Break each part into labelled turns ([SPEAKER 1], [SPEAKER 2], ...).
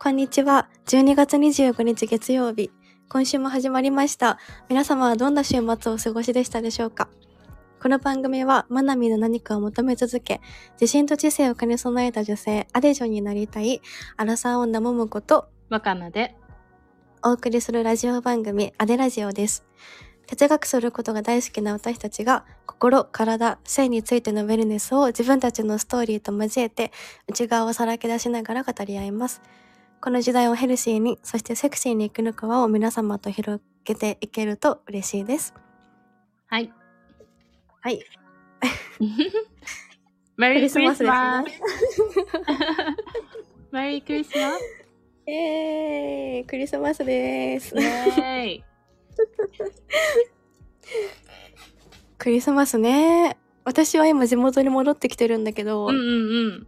[SPEAKER 1] こんにちは。12月25日月曜日。今週も始まりました。皆様はどんな週末をお過ごしでしたでしょうかこの番組は、マナミの何かを求め続け、自信と知性を兼ね備えた女性、アデジョンになりたい、アラサー女ももこと、
[SPEAKER 2] 若菜で
[SPEAKER 1] お送りするラジオ番組「アデラジオ」です哲学することが大好きな私たちが心体性についてのウェルネスを自分たちのストーリーと交えて内側をさらけ出しながら語り合いますこの時代をヘルシーにそしてセクシーに生き抜く輪を皆様と広げていけると嬉しいです
[SPEAKER 2] はい
[SPEAKER 1] はい
[SPEAKER 2] メ
[SPEAKER 1] ク
[SPEAKER 2] リ
[SPEAKER 1] リ
[SPEAKER 2] ー
[SPEAKER 1] ス
[SPEAKER 2] クリ
[SPEAKER 1] マス
[SPEAKER 2] ス
[SPEAKER 1] です
[SPEAKER 2] マ
[SPEAKER 1] ね
[SPEAKER 2] スメリークリスマス
[SPEAKER 1] イエーイクリスマスです
[SPEAKER 2] イェーイ
[SPEAKER 1] クリスマスね私は今地元に戻ってきてるんだけど、
[SPEAKER 2] うんうんうん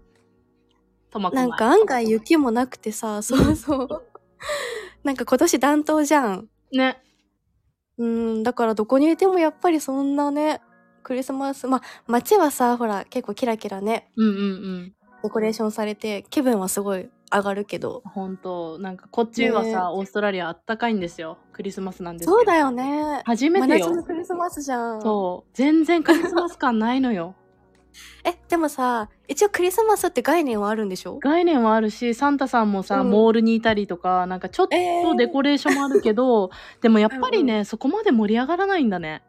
[SPEAKER 2] ともこま
[SPEAKER 1] なんか案外雪もなくてさ、そうそう。 なんか今年暖冬じゃん。
[SPEAKER 2] ね
[SPEAKER 1] うん、だからどこにいてもやっぱりそんなね、クリスマス、まあ街はさ、ほら結構キラキラね、
[SPEAKER 2] うんうんうん
[SPEAKER 1] デコレーションされて気分はすごい上がるけど。
[SPEAKER 2] 本当なんかこっちはさ、
[SPEAKER 1] ね
[SPEAKER 2] オーストラリアあったかいんですよクリスマスなんですけど
[SPEAKER 1] そうだよね。
[SPEAKER 2] 初め
[SPEAKER 1] 真
[SPEAKER 2] て
[SPEAKER 1] 夏の
[SPEAKER 2] よ
[SPEAKER 1] クリスマスじゃん。
[SPEAKER 2] そう全然クリスマス感ないのよ
[SPEAKER 1] え、でもさ、一応クリスマスって概念はあるんでしょ
[SPEAKER 2] 概念はあ るしサンタさんもさ、
[SPEAKER 1] うん
[SPEAKER 2] モールにいたりとかなんかちょっと
[SPEAKER 1] えー
[SPEAKER 2] デコレーションもあるけど、でもやっぱりね、
[SPEAKER 1] う
[SPEAKER 2] そこまで盛り上がらないんだね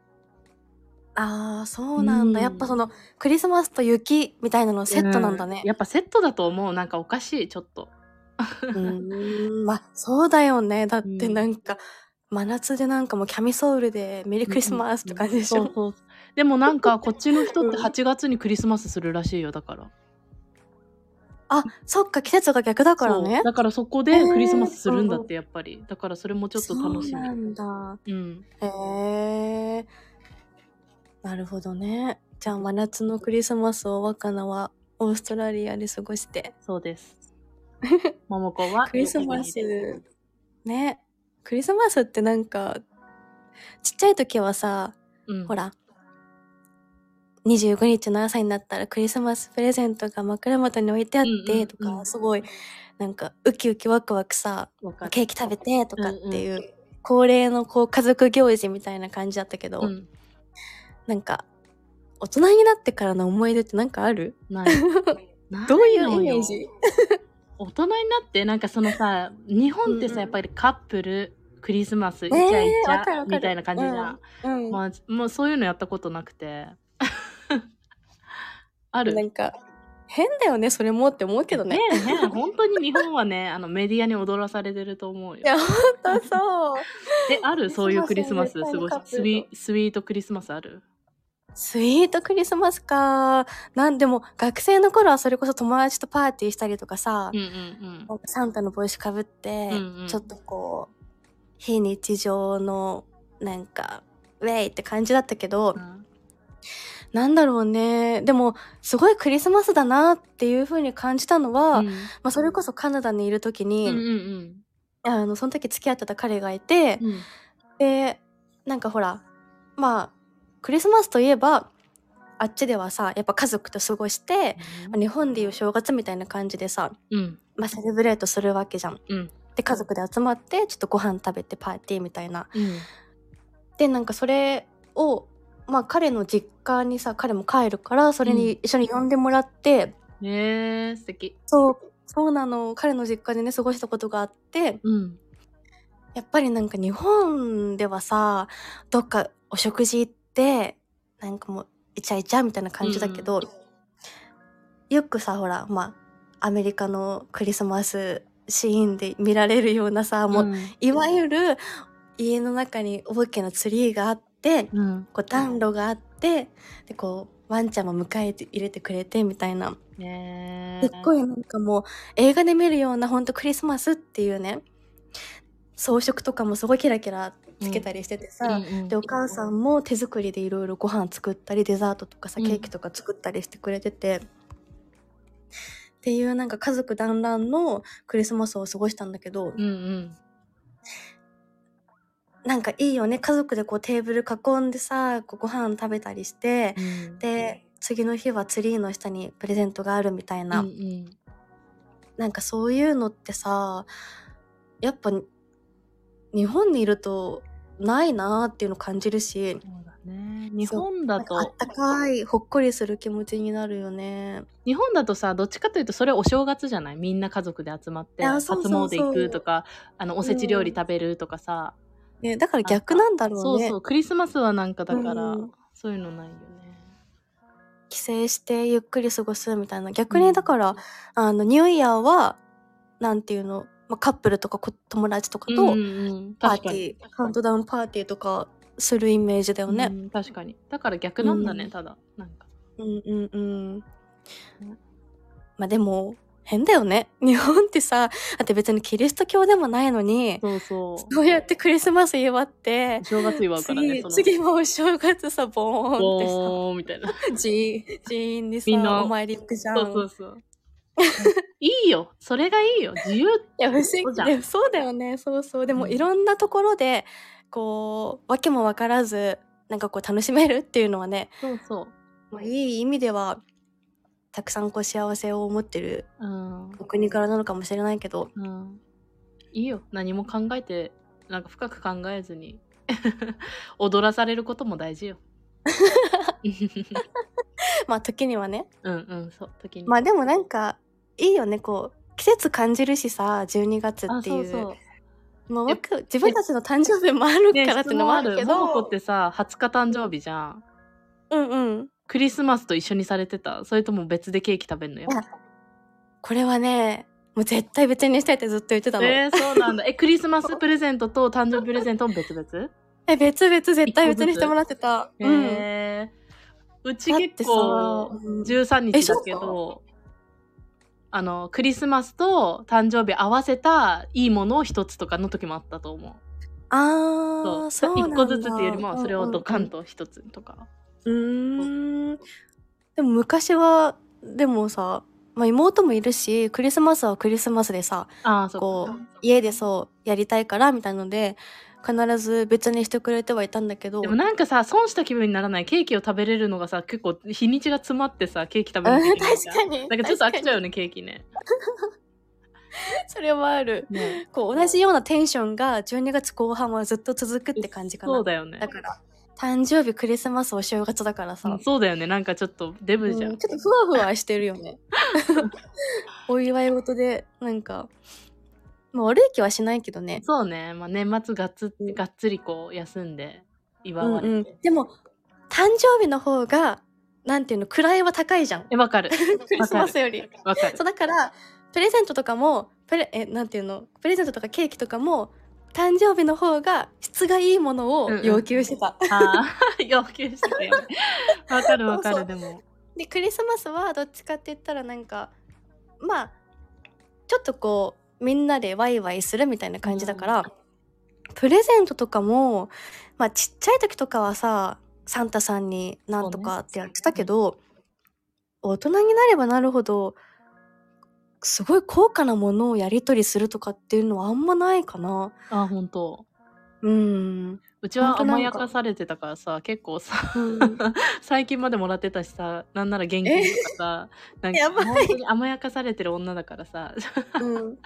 [SPEAKER 1] ああ、そうなんだ。
[SPEAKER 2] うん
[SPEAKER 1] やっぱそのクリスマスと雪みたいなのセットなんだね
[SPEAKER 2] う。やっぱセットだと思うなんかおかしいちょっと
[SPEAKER 1] うん、まあそうだよねだってなんか、真夏でなんかもうキャミソールで「メリークリスマス」って感じでしょ、
[SPEAKER 2] そうそうでもなんかこっちの人って
[SPEAKER 1] うん
[SPEAKER 2] 8月にクリスマスするらしいよだから
[SPEAKER 1] あそっか季節が逆だからね
[SPEAKER 2] そうだからそこでクリスマスするんだってやっぱり、だからそれもちょっと楽し
[SPEAKER 1] そう
[SPEAKER 2] み
[SPEAKER 1] な
[SPEAKER 2] うん
[SPEAKER 1] だ
[SPEAKER 2] ん
[SPEAKER 1] へえなるほどねじゃあ真夏のクリスマスを若菜はオーストラリアで過ごして
[SPEAKER 2] そうです 桃子は
[SPEAKER 1] クリスマスねクリスマスってなんかちっちゃい時はさ
[SPEAKER 2] うん
[SPEAKER 1] ほら、25日の朝になったらクリスマスプレゼントが枕元に置いてあっ
[SPEAKER 2] うんうんう
[SPEAKER 1] て
[SPEAKER 2] ん
[SPEAKER 1] とか、すごい、なんか、ウキウキワクワクさ、
[SPEAKER 2] わかる
[SPEAKER 1] ケーキ食べてとかっていう、恒例のこう家族行事みたいな感じだったけど、
[SPEAKER 2] うん
[SPEAKER 1] なんか、大人になってからの思い出ってなんかある
[SPEAKER 2] ないな
[SPEAKER 1] どういう
[SPEAKER 2] のよ
[SPEAKER 1] イメージ
[SPEAKER 2] 大人になってなんかそのさ日本って
[SPEAKER 1] うんうん
[SPEAKER 2] さやっぱりカップルクリスマスイチ
[SPEAKER 1] ねえ
[SPEAKER 2] ャイチ
[SPEAKER 1] わかるわ
[SPEAKER 2] ャ
[SPEAKER 1] かる
[SPEAKER 2] みたいな感じじゃん、
[SPEAKER 1] うん。
[SPEAKER 2] まあ、もうそういうのやったことなくて ある
[SPEAKER 1] なんか、変だよね、それもって思うけどね。
[SPEAKER 2] えねえ本当に日本はねあのメディアに踊らされてると思うよ
[SPEAKER 1] いや、ほんとそう。
[SPEAKER 2] えあるそういうクリスマス
[SPEAKER 1] クリスマス
[SPEAKER 2] すごい
[SPEAKER 1] 絶対にカップル
[SPEAKER 2] スイスイートクリスマスある
[SPEAKER 1] スイートクリスマスか。なんでも、学生の頃はそれこそ友達とパーティーしたりとかさ、
[SPEAKER 2] うんうん
[SPEAKER 1] なんかサンタの帽子かぶって、
[SPEAKER 2] うんうん
[SPEAKER 1] ちょっとこう非日常のなんかウェイって感じだったけど、
[SPEAKER 2] うん
[SPEAKER 1] なんだろうねでもすごいクリスマスだなっていう風に感じたのは、
[SPEAKER 2] うん
[SPEAKER 1] まあ、それこそカナダにいる時に、
[SPEAKER 2] うんうん
[SPEAKER 1] あのその時付き合ってた彼がいて、
[SPEAKER 2] うんうん
[SPEAKER 1] でなんかほらまあクリスマスといえばあっちではさやっぱ家族と過ごして、まあ日本でいう正月みたいな感じでさ、
[SPEAKER 2] うん
[SPEAKER 1] まあ、セレブレートするわけじゃん。
[SPEAKER 2] うん
[SPEAKER 1] で家族で集まってちょっとご飯食べてパーティーみたいな。
[SPEAKER 2] うん
[SPEAKER 1] でなんかそれをまあ彼の実家にさ彼も帰るからそれに一緒に呼んでもらって、
[SPEAKER 2] ねえ素敵
[SPEAKER 1] そうそうなの彼の実家でね過ごしたことがあって
[SPEAKER 2] うん
[SPEAKER 1] やっぱりなんか日本ではさどっかお食事行ってなんかもうイチャイチャみたいな感じだけど、よくさほらまあアメリカのクリスマスシーンで見られるようなさ、もう
[SPEAKER 2] うん
[SPEAKER 1] いわゆる家の中に大きなツリーがあって
[SPEAKER 2] うん
[SPEAKER 1] こう暖炉があってでこうワンちゃんも迎えて入れてくれてみたいな
[SPEAKER 2] ねえ
[SPEAKER 1] すっごいなんかもう映画で見るようなほんとクリスマスっていうね装飾とかもすごいキラキラつけたりしててさ、
[SPEAKER 2] うんうん
[SPEAKER 1] でお母さんも手作りでいろいろご飯作ったりデザートとかさ
[SPEAKER 2] うん
[SPEAKER 1] ケーキとか作ったりしてくれてて、っていうなんか家族団らんのクリスマスを過ごしたんだけど、
[SPEAKER 2] うんうん
[SPEAKER 1] なんかいいよね家族でこうテーブル囲んでさこうご飯食べたりして
[SPEAKER 2] うん
[SPEAKER 1] で次の日はツリーの下にプレゼントがあるみたいな、
[SPEAKER 2] うんうん
[SPEAKER 1] なんかそういうのってさやっぱ日本にいるとないなーっていうの感じるし
[SPEAKER 2] そうだね日本だ
[SPEAKER 1] なんかあ
[SPEAKER 2] と
[SPEAKER 1] ったかいほっこりする気持ちになるよね。
[SPEAKER 2] 日本だとさどっちかというとそれお正月じゃないみんな家族で集まって
[SPEAKER 1] あ
[SPEAKER 2] 初
[SPEAKER 1] そうそうそう
[SPEAKER 2] 詣行くとかあのおせち料理食べるとかさ、
[SPEAKER 1] ねだから逆なんだろ
[SPEAKER 2] そうう
[SPEAKER 1] ね。
[SPEAKER 2] そうクリスマスはなんかだから、
[SPEAKER 1] うん
[SPEAKER 2] そういうのないよね
[SPEAKER 1] 帰省してゆっくり過ごすみたいな逆
[SPEAKER 2] う
[SPEAKER 1] に
[SPEAKER 2] ん
[SPEAKER 1] だから、あのニューイヤーはなんていうの、まあ、カップルとかこ友達とか
[SPEAKER 2] う
[SPEAKER 1] と
[SPEAKER 2] んうん
[SPEAKER 1] パーティー、カウントダウンパーティーとかするイメージだよね
[SPEAKER 2] う。ん確かにだから逆なんだね、
[SPEAKER 1] うん
[SPEAKER 2] ただなんか
[SPEAKER 1] うんうんうん。まあでも変だよね。 日本ってさだって別にキリスト教でもないのに
[SPEAKER 2] そうそう
[SPEAKER 1] そうやってクリスマス祝って
[SPEAKER 2] お。正月祝うからね
[SPEAKER 1] 次
[SPEAKER 2] その
[SPEAKER 1] 次はお正月さボーンっ
[SPEAKER 2] ボーンみたいな
[SPEAKER 1] てさ寺院寺院にさ
[SPEAKER 2] みんな
[SPEAKER 1] お参り行くじゃん。
[SPEAKER 2] そうそうそう。いいよ、それがいいよ、自
[SPEAKER 1] い
[SPEAKER 2] 由。
[SPEAKER 1] や不思
[SPEAKER 2] そう
[SPEAKER 1] 議
[SPEAKER 2] じゃん
[SPEAKER 1] でもそうだよねそうそうでも、
[SPEAKER 2] うん
[SPEAKER 1] いろんなところでこう訳も分からずなんかこう楽しめるっていうのはね、
[SPEAKER 2] そうそ
[SPEAKER 1] まあ、いい意味ではたくさんこう幸せを持ってる
[SPEAKER 2] う。うん。
[SPEAKER 1] お国からなのかもしれないけど
[SPEAKER 2] うん。いいよ、何も考えて、なんか深く考えずに。 踊らされることも大事よ。
[SPEAKER 1] まあ時にはね
[SPEAKER 2] うんうん、そう、時に。
[SPEAKER 1] まあでもなんかいいよねこう季節感じるしさ12月
[SPEAKER 2] あ、
[SPEAKER 1] ってい
[SPEAKER 2] そううそ
[SPEAKER 1] まあ僕自分たちの誕生日もある
[SPEAKER 2] う。ね、
[SPEAKER 1] からってのもあるけ
[SPEAKER 2] 質問ももこ
[SPEAKER 1] ど、
[SPEAKER 2] ってさ、20日誕生日じゃん。
[SPEAKER 1] うんうん
[SPEAKER 2] クリスマスと一緒にされてたそれとも別でケーキ食べんのよ
[SPEAKER 1] い。やこれはねもう絶対別にしたいってずっと言ってたの。
[SPEAKER 2] えー、そうなんだ。え、クリスマスプレゼントと誕生日プレゼントも別々
[SPEAKER 1] え、別々、絶対別にしてもらってた。うん。
[SPEAKER 2] へえうち結構
[SPEAKER 1] だってさうん
[SPEAKER 2] 13日だけ
[SPEAKER 1] えそ
[SPEAKER 2] どあのクリスマスと誕生日合わせたいいものを一つとかの時もあったと思う
[SPEAKER 1] ああ、そうなんだ。
[SPEAKER 2] 1個ずつっていうよりもそれをドカン
[SPEAKER 1] と。
[SPEAKER 2] と一つとか、
[SPEAKER 1] うーん。でも昔は、でもさ、まあ、妹もいるし、クリスマスはクリスマスでさ、
[SPEAKER 2] ああそ
[SPEAKER 1] こ
[SPEAKER 2] う
[SPEAKER 1] う、家でそう、やりたいから、みたいので、必ず別にしてくれてはいたんだけど。
[SPEAKER 2] でもなんかさ損した気分にならないケーキを食べれるのがさ結構日にちが詰まってさケーキ食べ
[SPEAKER 1] う
[SPEAKER 2] なきゃ
[SPEAKER 1] ん
[SPEAKER 2] いけない
[SPEAKER 1] 確
[SPEAKER 2] じゃん
[SPEAKER 1] かに。
[SPEAKER 2] なんかちょっと飽きちゃう
[SPEAKER 1] う。
[SPEAKER 2] よねケーキね
[SPEAKER 1] それはある。
[SPEAKER 2] ね
[SPEAKER 1] こう、同じようなテンションが12月後半はずっと続くって感じかな。
[SPEAKER 2] そうだよね
[SPEAKER 1] だから、誕生日、クリスマス、お正月だからさ。
[SPEAKER 2] うんそうだよねなんかちょっとデブじゃ
[SPEAKER 1] うんん、ちょっとふわふわしてるよ ね。お祝い事で、なんか、まあ、悪い気はしないけどね。
[SPEAKER 2] そうね、まあ、年末がっつ
[SPEAKER 1] うん
[SPEAKER 2] がっつりこう休んで祝
[SPEAKER 1] うん
[SPEAKER 2] われて。
[SPEAKER 1] うん、でも、誕生日の方が、なんていうの、位は高い じゃん。
[SPEAKER 2] えわかる
[SPEAKER 1] クリスマスより。
[SPEAKER 2] わか る
[SPEAKER 1] そうだから、プレゼントとかも、プレ、え、なんていうの、プレゼントとかケーキとかも、誕生日の方が質がいいものを要求してた。
[SPEAKER 2] あー 要求してた よねわかるわか
[SPEAKER 1] そうそう
[SPEAKER 2] るでも
[SPEAKER 1] で、クリスマスはどっちかって言ったらなんか、まあ、ちょっとこう、みんなでワイワイするみたいな感じだから、プレゼントとかも、まあちっちゃい時とかはさ、サンタさんになんとかってやってたけど、大人になればなるほど、すごい高価なものをやり取りするとかっていうのはあんまないかな。
[SPEAKER 2] あ本当
[SPEAKER 1] うん。
[SPEAKER 2] うちは
[SPEAKER 1] ほんとな
[SPEAKER 2] 甘
[SPEAKER 1] んか
[SPEAKER 2] やかされてたからさ結構さ
[SPEAKER 1] うん
[SPEAKER 2] 最近までもらってたしさなんなら現金とかさな ん
[SPEAKER 1] やば
[SPEAKER 2] か
[SPEAKER 1] い
[SPEAKER 2] 本当に甘やかされてる女だからさ
[SPEAKER 1] うん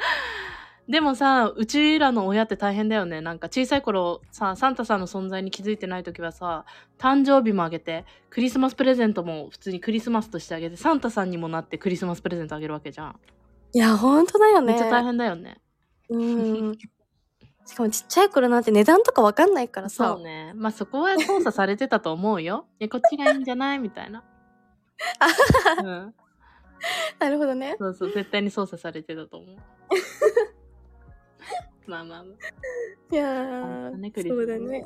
[SPEAKER 2] でもさうちらの親って大変だよねなんか小さい頃さサンタさんの存在に気づいてない時はさ誕生日もあげてクリスマスプレゼントも普通にクリスマスとしてあげてサンタさんにもなってクリスマスプレゼントあげるわけじゃん
[SPEAKER 1] いや、ほんとだよね。
[SPEAKER 2] めっちゃ大変だよね
[SPEAKER 1] うん。しかもちっちゃい頃なんて値段とかわかんないからさ
[SPEAKER 2] そう、ねまあそこは操作されてたと思 うよいやこっちがいいんじゃないみたいな、うん、
[SPEAKER 1] なるほどね。
[SPEAKER 2] そうそう絶対に操作されてたと思う まあまあ
[SPEAKER 1] いや
[SPEAKER 2] まあ、
[SPEAKER 1] ー、
[SPEAKER 2] ね、クリス
[SPEAKER 1] そ
[SPEAKER 2] マ
[SPEAKER 1] う
[SPEAKER 2] ス
[SPEAKER 1] だね。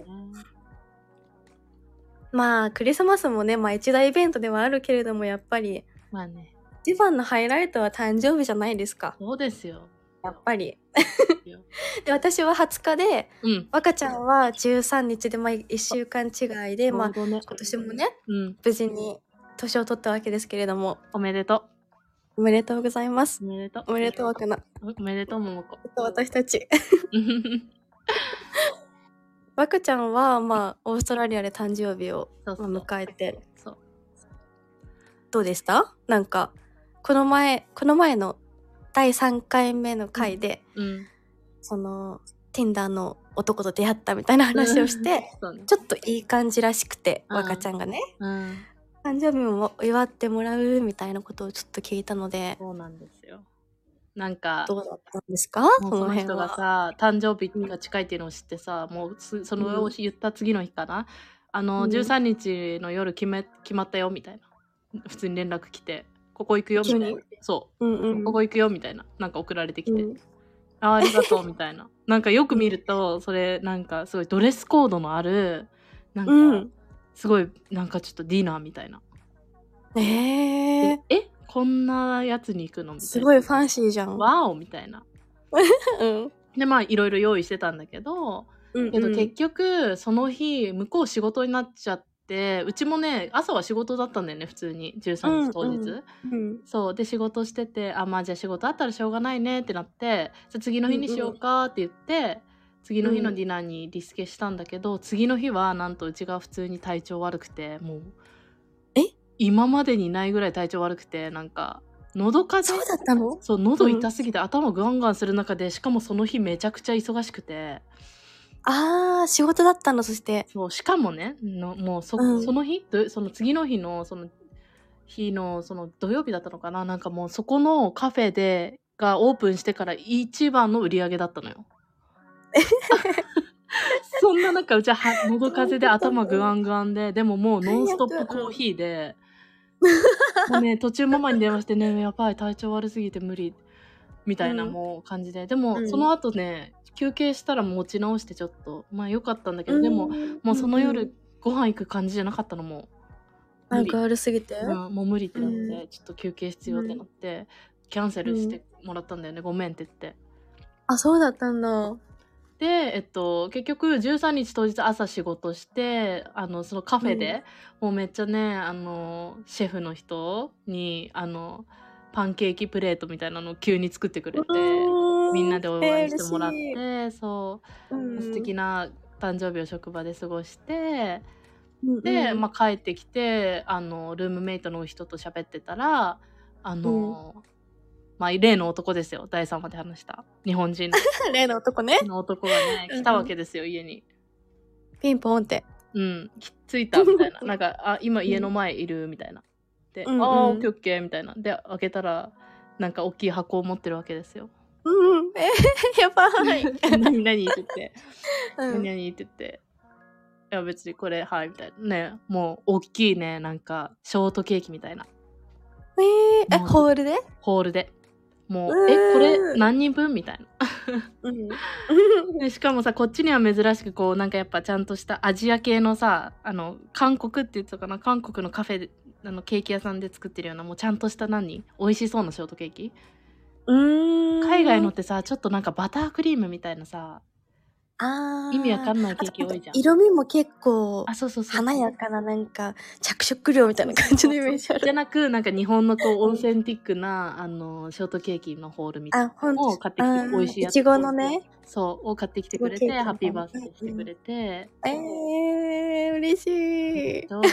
[SPEAKER 1] まあクリスマスもね、まあ一大イベントではあるけれども、やっぱり
[SPEAKER 2] まあね
[SPEAKER 1] 一番のハイライトは誕生日じゃないですか。
[SPEAKER 2] そうですよ
[SPEAKER 1] やっぱり。
[SPEAKER 2] ですよ
[SPEAKER 1] で、私は20日で、
[SPEAKER 2] うん
[SPEAKER 1] 若ちゃんは13日で、まあ1週間違いで、まあ
[SPEAKER 2] ちょうどね
[SPEAKER 1] 今年もね、
[SPEAKER 2] うん
[SPEAKER 1] 無事に年を取ったわけですけれども、
[SPEAKER 2] おめでと
[SPEAKER 1] おめでとうございます
[SPEAKER 2] う。おめでとう
[SPEAKER 1] おめでとうわかな。
[SPEAKER 2] おめでとうももこ
[SPEAKER 1] 私たち。わくちゃんは、まあ、オーストラリアで誕生日を
[SPEAKER 2] そうそう
[SPEAKER 1] まあ迎えて
[SPEAKER 2] そう
[SPEAKER 1] どうでしたなんかこの前この前の第3回目の回で、
[SPEAKER 2] うん
[SPEAKER 1] その Tinder の男と出会ったみたいな話をして、
[SPEAKER 2] そうね
[SPEAKER 1] ちょっといい感じらしくて
[SPEAKER 2] うん
[SPEAKER 1] 若ちゃんがね
[SPEAKER 2] うん
[SPEAKER 1] 誕生日も祝ってもらうみたいなことをちょっと聞いたので
[SPEAKER 2] そうなんですよなんか
[SPEAKER 1] どうだったんですかそ
[SPEAKER 2] もうそ
[SPEAKER 1] の
[SPEAKER 2] の
[SPEAKER 1] 辺
[SPEAKER 2] 人が
[SPEAKER 1] は。
[SPEAKER 2] さ誕生日が近いっていうのを知ってさもうすその
[SPEAKER 1] うん
[SPEAKER 2] 言った次の日かな、あの
[SPEAKER 1] うん
[SPEAKER 2] 13日の夜決め決まったよみたいな普通に連絡来てここ行くよみたいな
[SPEAKER 1] 急に
[SPEAKER 2] そ
[SPEAKER 1] うん
[SPEAKER 2] う、
[SPEAKER 1] うん
[SPEAKER 2] ここ行くよみたいななんか送られてき
[SPEAKER 1] う
[SPEAKER 2] て、
[SPEAKER 1] ん
[SPEAKER 2] あーありがとうみたいななんかよく見るとそれなんかすごいドレスコードのあるなんか、
[SPEAKER 1] うん
[SPEAKER 2] すごいなんかちょっとディナーみたいな、
[SPEAKER 1] えー、
[SPEAKER 2] ええこんなやつに行くのみたいな
[SPEAKER 1] すごいファンシーじゃん。
[SPEAKER 2] わおみたいな
[SPEAKER 1] うん
[SPEAKER 2] でまあいろいろ用意してたんだけど
[SPEAKER 1] うん
[SPEAKER 2] けど結局その日向こう仕事になっちゃってうちもね朝は仕事だったんだよね普通に13日当日、
[SPEAKER 1] うんうん
[SPEAKER 2] そうで仕事しててあまあじゃあ仕事あったらしょうがないねってなってじゃあ次の日にしようかって言って、次の日のディナーにリスケしたんだけど、次の日はなんとうちが普通に体調悪くてもう
[SPEAKER 1] え
[SPEAKER 2] 今までにないぐらい体調悪くてなんか喉風
[SPEAKER 1] そう
[SPEAKER 2] 邪
[SPEAKER 1] だったの
[SPEAKER 2] そう喉痛すぎて、頭ガンガンする中でしかもその日めちゃくちゃ忙しくて。
[SPEAKER 1] あー仕事だったのそして。
[SPEAKER 2] そうしかもねのもうそ,、
[SPEAKER 1] うん
[SPEAKER 2] その日どその次の日のその日のその土曜日だったのかななんかもうそこのカフェでがオープンしてから一番の売り上げだったのよ。 そんな中うちはは喉風邪で頭グワングワンででももうノンストップコーヒーで、もうね、途中ママに電 話してねやばい体調悪すぎて無理みたいな
[SPEAKER 1] うん
[SPEAKER 2] もう感じで、で
[SPEAKER 1] う
[SPEAKER 2] も
[SPEAKER 1] ん
[SPEAKER 2] その後ね休憩したら持ち直してちょっとまあ良かったんだけど、でも
[SPEAKER 1] ん
[SPEAKER 2] もうその
[SPEAKER 1] んん
[SPEAKER 2] 夜ご飯行く感じじゃなかったのもう
[SPEAKER 1] な
[SPEAKER 2] 無
[SPEAKER 1] ん
[SPEAKER 2] 理
[SPEAKER 1] か悪すぎて。
[SPEAKER 2] うんもう無理ってなって、
[SPEAKER 1] う
[SPEAKER 2] ちょっと休憩必要ってなって、キャンセルしてもらったんだよね、ごめんって言って
[SPEAKER 1] あ、そうだったんだ。
[SPEAKER 2] でえっと結局13日当日朝仕事してあのそのカフェで、もうめっちゃねあのシェフの人にあのパンケーキプレートみたいなのを急に作ってくれて、みんなでお祝いしてもらって、
[SPEAKER 1] えー
[SPEAKER 2] そう
[SPEAKER 1] 嬉しい
[SPEAKER 2] 素敵な誕生日を職場で過ごして。
[SPEAKER 1] うん
[SPEAKER 2] で、
[SPEAKER 1] うん
[SPEAKER 2] まあ、帰ってきてあのルームメイトの人と喋ってたらあの、まあ、例の男ですよ第3話で話した日本人
[SPEAKER 1] 例の男ね。
[SPEAKER 2] の男がね
[SPEAKER 1] うん
[SPEAKER 2] 来たわけですよ家に。
[SPEAKER 1] ピンポンって。
[SPEAKER 2] うん、き着いたみ たいななんかあ今家の前いるみたいな。で、
[SPEAKER 1] うんうん
[SPEAKER 2] ああオッケーオッケーみたいなで開けたらなんか大きい箱を持ってるわけですよ。
[SPEAKER 1] うんうん。えー、 やばい。
[SPEAKER 2] 何何って言って
[SPEAKER 1] うん
[SPEAKER 2] 何々って言って。いや別にこれはいみたいなねもう大きいねなんかショートケーキみたいな
[SPEAKER 1] えー、え、
[SPEAKER 2] もう
[SPEAKER 1] ホールで
[SPEAKER 2] ホールでもう
[SPEAKER 1] うーん
[SPEAKER 2] えこれ何人分みたいな
[SPEAKER 1] うん。
[SPEAKER 2] でしかもさこっちには珍しくこうなんかやっぱちゃんとしたアジア系のさあの韓国って言ってたかな韓国のカフェであのケーキ屋さんで作ってるようなもうちゃんとした何美味しそうなショートケーキ
[SPEAKER 1] うーん
[SPEAKER 2] 海外のっ、てさちょっとなんかバタークリームみたいなさ
[SPEAKER 1] あー
[SPEAKER 2] 意味わかんないケーキ多いじゃん
[SPEAKER 1] あと色味も結構
[SPEAKER 2] あ、そうそうそう
[SPEAKER 1] 華やかななんか着色料みたいな感じのイメージあ
[SPEAKER 2] じゃ
[SPEAKER 1] る。
[SPEAKER 2] なくなんか日本のこうオーセンティックなあのショートケーキのホールみたい
[SPEAKER 1] あ、ほん
[SPEAKER 2] もう買ってきて美味しいや
[SPEAKER 1] い
[SPEAKER 2] つ
[SPEAKER 1] ちごのね。
[SPEAKER 2] なそうを買ってきてくれ
[SPEAKER 1] す
[SPEAKER 2] て
[SPEAKER 1] ごいケーキみたいな
[SPEAKER 2] ハッピーバースデーしてくれて、
[SPEAKER 1] えー、嬉しい。
[SPEAKER 2] どうだっ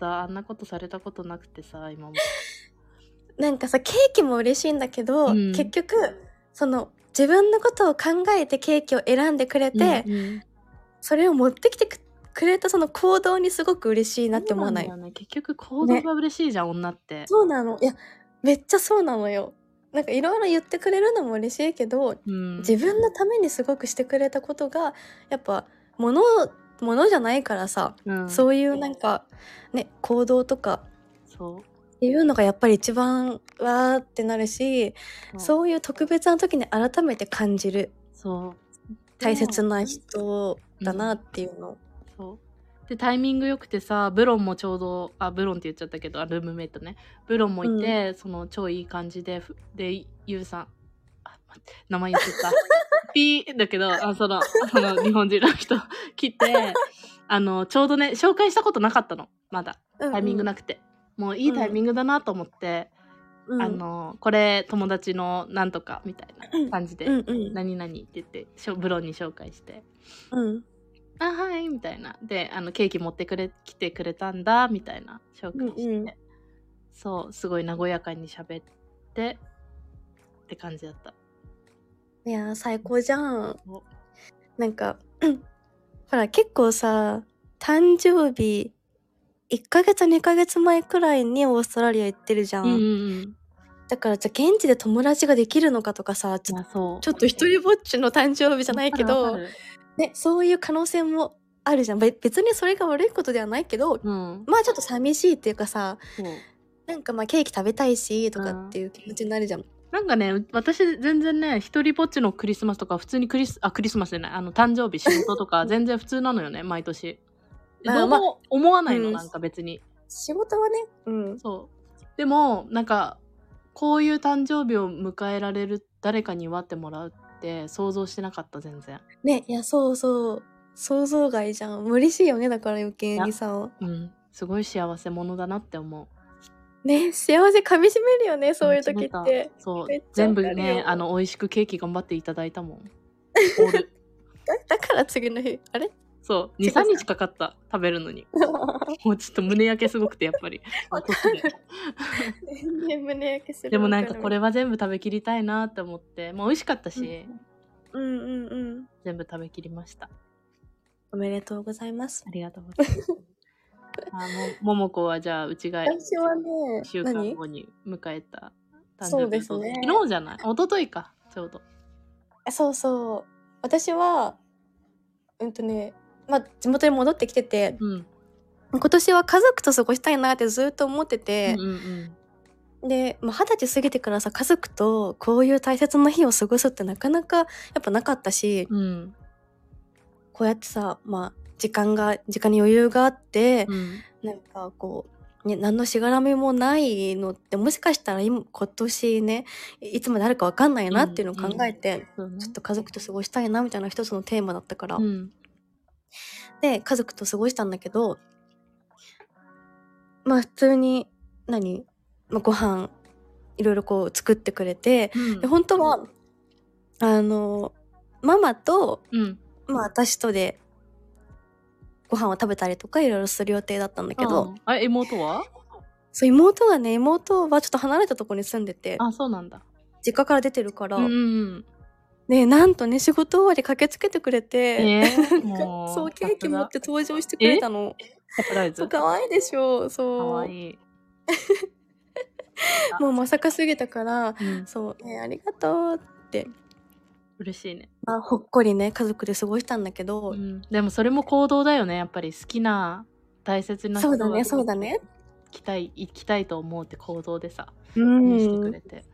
[SPEAKER 2] たあんなことされたことなくてさ今も。
[SPEAKER 1] なんかさケーキも嬉しいんだけど、
[SPEAKER 2] うん
[SPEAKER 1] 結局その自分のことを考えてケーキを選んでくれて、
[SPEAKER 2] うんうん
[SPEAKER 1] それを持ってきてくくれたその行動にすごく嬉しいなって思わない
[SPEAKER 2] そうんだよね、結局行動が嬉しいじゃん、女って。
[SPEAKER 1] そうなのいやめっちゃそうなのよなんかいろいろ言ってくれるのも嬉しいけど
[SPEAKER 2] うん、
[SPEAKER 1] 自分のためにすごくしてくれたことがやっぱものものじゃないからさ、
[SPEAKER 2] うんそう
[SPEAKER 1] そういうなんかね行動とか
[SPEAKER 2] そ
[SPEAKER 1] っていうのがやっぱり一番わーってなるし
[SPEAKER 2] うう
[SPEAKER 1] そういう特別な時に改めて感じる
[SPEAKER 2] そう
[SPEAKER 1] 大切な人だなっていうの。
[SPEAKER 2] そうでタイミングよくてさブロンもちょうどあブロンって言っちゃったけどあルームメイトねブロンもいて、その超いい感じでふでゆうさんあ待って名前言ってた ピーだけどあそのその日本人の人来てあのちょうどね紹介したことなかったのまだタイミングな
[SPEAKER 1] く
[SPEAKER 2] くて、もういいタイミングだなと思って、あのこれ友達のなんとかみたいな感じで、
[SPEAKER 1] うんうん
[SPEAKER 2] 何々って言ってしょブロンに紹介して
[SPEAKER 1] うん
[SPEAKER 2] あはいみたいなであのケーキ持ってくれ来てくれたんだみたいな紹介して、
[SPEAKER 1] うんうん
[SPEAKER 2] そうすごい和やかに喋ってって感じだった
[SPEAKER 1] いやー最高じゃん
[SPEAKER 2] お。
[SPEAKER 1] なんか、 ほら結構さ、誕生日1ヶ月2ヶ月前くらいにオーストラリア行ってるじゃん。
[SPEAKER 2] うんうん
[SPEAKER 1] だからじゃあ現地で友達ができるのかとかさ、
[SPEAKER 2] う
[SPEAKER 1] ち
[SPEAKER 2] ん
[SPEAKER 1] ょ
[SPEAKER 2] まあそう
[SPEAKER 1] ちょっと一人ぼっちの誕生日じゃないけ
[SPEAKER 2] わか
[SPEAKER 1] ど
[SPEAKER 2] る、わかる
[SPEAKER 1] ね、そういう可能性もあるじゃん。べ別にそれが悪いことではないけど、
[SPEAKER 2] うん
[SPEAKER 1] まあちょっと寂しいっていうかさ、
[SPEAKER 2] そう
[SPEAKER 1] なんかまあケーキ食べたいしとかっていう気持ちになるじゃん。
[SPEAKER 2] なんかねう私全然ね一人ぼっちのクリスマスとか普通にクリスあクリスマスじゃないあの誕生日仕事とか全然普通なのよね毎年
[SPEAKER 1] まあ
[SPEAKER 2] どうも思わないの、
[SPEAKER 1] うん
[SPEAKER 2] なんか別に
[SPEAKER 1] 仕事はね、うん。
[SPEAKER 2] そうでもなんかこういう誕生日を迎えられる誰かに祝ってもらうって想像してなかった全然
[SPEAKER 1] ねいやそうそう想像外じゃん嬉しいよねだから余計にさ
[SPEAKER 2] うんすごい幸せ者だなって思う
[SPEAKER 1] ね幸せかみしめるよねそういう時
[SPEAKER 2] な
[SPEAKER 1] っ
[SPEAKER 2] ん
[SPEAKER 1] て
[SPEAKER 2] かそう
[SPEAKER 1] めっちゃ
[SPEAKER 2] 全部
[SPEAKER 1] わかる
[SPEAKER 2] ね
[SPEAKER 1] よ
[SPEAKER 2] あの美味しくケーキ頑張っていただいたもんオール
[SPEAKER 1] だだから次の日 あれ
[SPEAKER 2] そ う
[SPEAKER 1] 違う
[SPEAKER 2] 23日かかった食べるのにもうちょっと胸焼けすごくてやっぱり
[SPEAKER 1] わかる全然胸焼けする
[SPEAKER 2] でもなんかこれ
[SPEAKER 1] は
[SPEAKER 2] は全部食べきりたいなって思ってもう美味しかったし、
[SPEAKER 1] うんうんうん
[SPEAKER 2] 全部食べきりました
[SPEAKER 1] おめでとうございます
[SPEAKER 2] ありがとうございます あもももこはじゃあうちが
[SPEAKER 1] 私は
[SPEAKER 2] 1週
[SPEAKER 1] ね
[SPEAKER 2] 間
[SPEAKER 1] 何
[SPEAKER 2] 後に迎えた
[SPEAKER 1] そうですね
[SPEAKER 2] 昨日じゃない一昨日かちょうど
[SPEAKER 1] あそうそう私はうんとねまあ地元に戻ってきてて
[SPEAKER 2] うん
[SPEAKER 1] 今年は家族と過ごしたいなってずっと思ってて、
[SPEAKER 2] うんうん
[SPEAKER 1] で、まあ、二十歳過ぎてからさ家族とこういう大切な日を過ごすってなかなかやっぱなかったし
[SPEAKER 2] うんうん
[SPEAKER 1] こうやってさ、まあ、時間が時間に余裕があって、
[SPEAKER 2] うん
[SPEAKER 1] なんかこう、ね、何のしがらみもないのってもしかしたら今今年ねいいつまであるかわかんないなっていうのを考えて、
[SPEAKER 2] そうね
[SPEAKER 1] ちょっと家族と過ごしたいなみたいな一つのテーマだったから、
[SPEAKER 2] うん
[SPEAKER 1] で家族と過ごしたんだけどまあ普通に何、まあ、ご飯いろいろこう作ってくれて、
[SPEAKER 2] うん
[SPEAKER 1] で本当はあのママと、
[SPEAKER 2] うん
[SPEAKER 1] まあ、私とでご飯を食べたりとかいろいろする予定だったんだけど、
[SPEAKER 2] うんあ妹は
[SPEAKER 1] そう妹がね妹はちょっと離れたところに住んでて
[SPEAKER 2] あそうなんだ
[SPEAKER 1] 実家から出てるから、
[SPEAKER 2] うんうん
[SPEAKER 1] ねなんとね仕事終わり駆けつけてくれ
[SPEAKER 2] え
[SPEAKER 1] て、
[SPEAKER 2] ー、もう
[SPEAKER 1] そうケーキ持って登場してく
[SPEAKER 2] え
[SPEAKER 1] れたの
[SPEAKER 2] サプライ
[SPEAKER 1] そう
[SPEAKER 2] ズか
[SPEAKER 1] 可愛いでしょそう
[SPEAKER 2] わいい、
[SPEAKER 1] もうまさかすぎたから
[SPEAKER 2] うん、
[SPEAKER 1] そう、ね、ありがとうって、
[SPEAKER 2] 嬉しいね、
[SPEAKER 1] まあ、ほっこりね家族で過ごしたんだけど、
[SPEAKER 2] うん、でもそれも行動だよねやっぱり好きな大切な人
[SPEAKER 1] そうだねそうだね
[SPEAKER 2] 行きたい行きたいと思うって行動でさ、
[SPEAKER 1] う
[SPEAKER 2] してくれて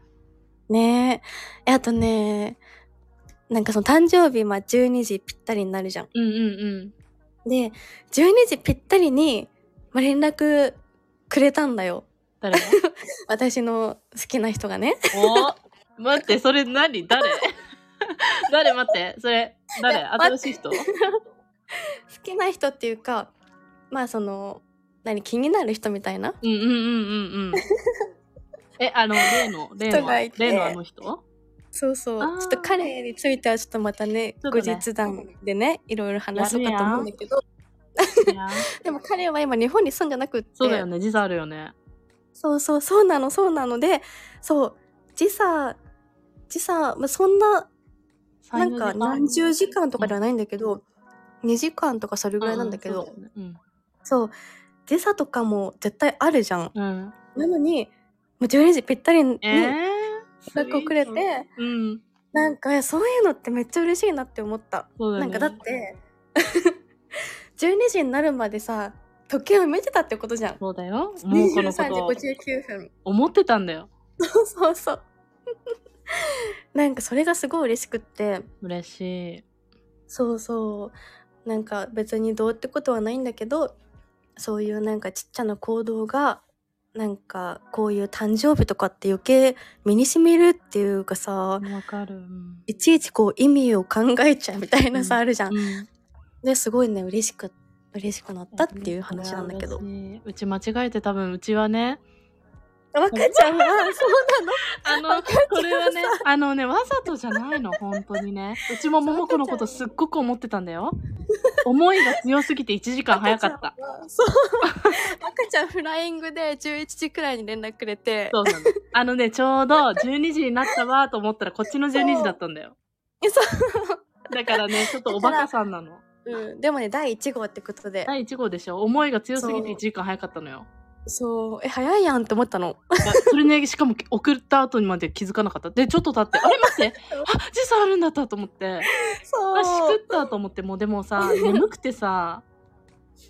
[SPEAKER 1] ねえ。あとね、なんかその誕生日、まあ12時ぴったりになるじゃん。
[SPEAKER 2] うんうん
[SPEAKER 1] で、12時ぴったりに、まあ、連絡くれたんだよ。
[SPEAKER 2] 誰が
[SPEAKER 1] 私の好きな人がね。
[SPEAKER 2] お待ってそれ何誰 誰待ってそれ誰
[SPEAKER 1] いや待
[SPEAKER 2] 新
[SPEAKER 1] っ
[SPEAKER 2] しい人
[SPEAKER 1] 好きな人っていうか、まあその、何、気になる人みたいな。
[SPEAKER 2] うんうんうんうんうんえあの例の例
[SPEAKER 1] 人
[SPEAKER 2] の
[SPEAKER 1] がいて
[SPEAKER 2] 例のあの人
[SPEAKER 1] そうそう。
[SPEAKER 2] あー
[SPEAKER 1] ちょっと彼についてはちょっとまたね、
[SPEAKER 2] ちょっと
[SPEAKER 1] 後
[SPEAKER 2] ね
[SPEAKER 1] 日談でね、いろいろ話そうかと思うんだけど、
[SPEAKER 2] いや
[SPEAKER 1] でも彼は今日本に住んでなくって。
[SPEAKER 2] そうだよね時差あるよね
[SPEAKER 1] そうそうそうなのそうなのでそう時差時差、まあ、そんななんか何十時間とかではないんだけど、2時間とかそれぐらいなんだけど、
[SPEAKER 2] うそうよねうん
[SPEAKER 1] そう時差とかも絶対あるじゃん
[SPEAKER 2] うん
[SPEAKER 1] なのにもう12時ぴったりに
[SPEAKER 2] え
[SPEAKER 1] 連
[SPEAKER 2] ー、
[SPEAKER 1] 絡をくれて、
[SPEAKER 2] うん
[SPEAKER 1] なんかいやそういうのってめっちゃ嬉しいなって思った、
[SPEAKER 2] そうだ
[SPEAKER 1] な
[SPEAKER 2] よ
[SPEAKER 1] ん
[SPEAKER 2] ね
[SPEAKER 1] かだって 12時になるまでさ時計を見てたってことじゃん
[SPEAKER 2] そうだよもうこのこ
[SPEAKER 1] 23
[SPEAKER 2] と
[SPEAKER 1] 時59分
[SPEAKER 2] 思ってたんだよ
[SPEAKER 1] そうそうそう。 なんかそれがすごい嬉しくって、
[SPEAKER 2] 嬉しい
[SPEAKER 1] そうそう。なんか別にどうってことはないんだけど、そういうなんかちっちゃな行動が、なんかこういう誕生日とかって余計身に染みるっていうかさ、
[SPEAKER 2] わかる、うん
[SPEAKER 1] いちいちこう意味を考えちゃうみたいなさ、
[SPEAKER 2] うん
[SPEAKER 1] あるじゃん。
[SPEAKER 2] うん
[SPEAKER 1] で、すごいね、嬉しく、嬉しくなったっていう話なんだけど
[SPEAKER 2] 嬉。しいうち間違えて多分うちはね
[SPEAKER 1] 若ちゃんは、そうなの
[SPEAKER 2] あ
[SPEAKER 1] わかっ
[SPEAKER 2] の、
[SPEAKER 1] ちゃう
[SPEAKER 2] これはね、あのね、わざとじゃない の、本当にね。うちも桃子のことすっごく思ってたん だよ。思いが強すぎて1時間早かった。
[SPEAKER 1] た。 そう。赤ちゃんフライングで11時くらいに連絡くれて、
[SPEAKER 2] そうなの。あのね、ちょうど12時になったわと思ったら、こっちの12時だったんだよ。
[SPEAKER 1] えそう。
[SPEAKER 2] だからね、ちょっとおバカさんなの。
[SPEAKER 1] うん、でもね、第1号ってことで、
[SPEAKER 2] 第1号でしょ思いが強すぎて
[SPEAKER 1] そう
[SPEAKER 2] 1時間早かったのよ。
[SPEAKER 1] そう、え、早いやんって思ったの。
[SPEAKER 2] だそれね、しかも送った後にまで気づかなかった。で、ちょっと経って、あれ待 って、あ、時差あるんだったと思って、あ、し
[SPEAKER 1] そ
[SPEAKER 2] く
[SPEAKER 1] う。
[SPEAKER 2] ったと思って、もうでも さ、眠くてさ、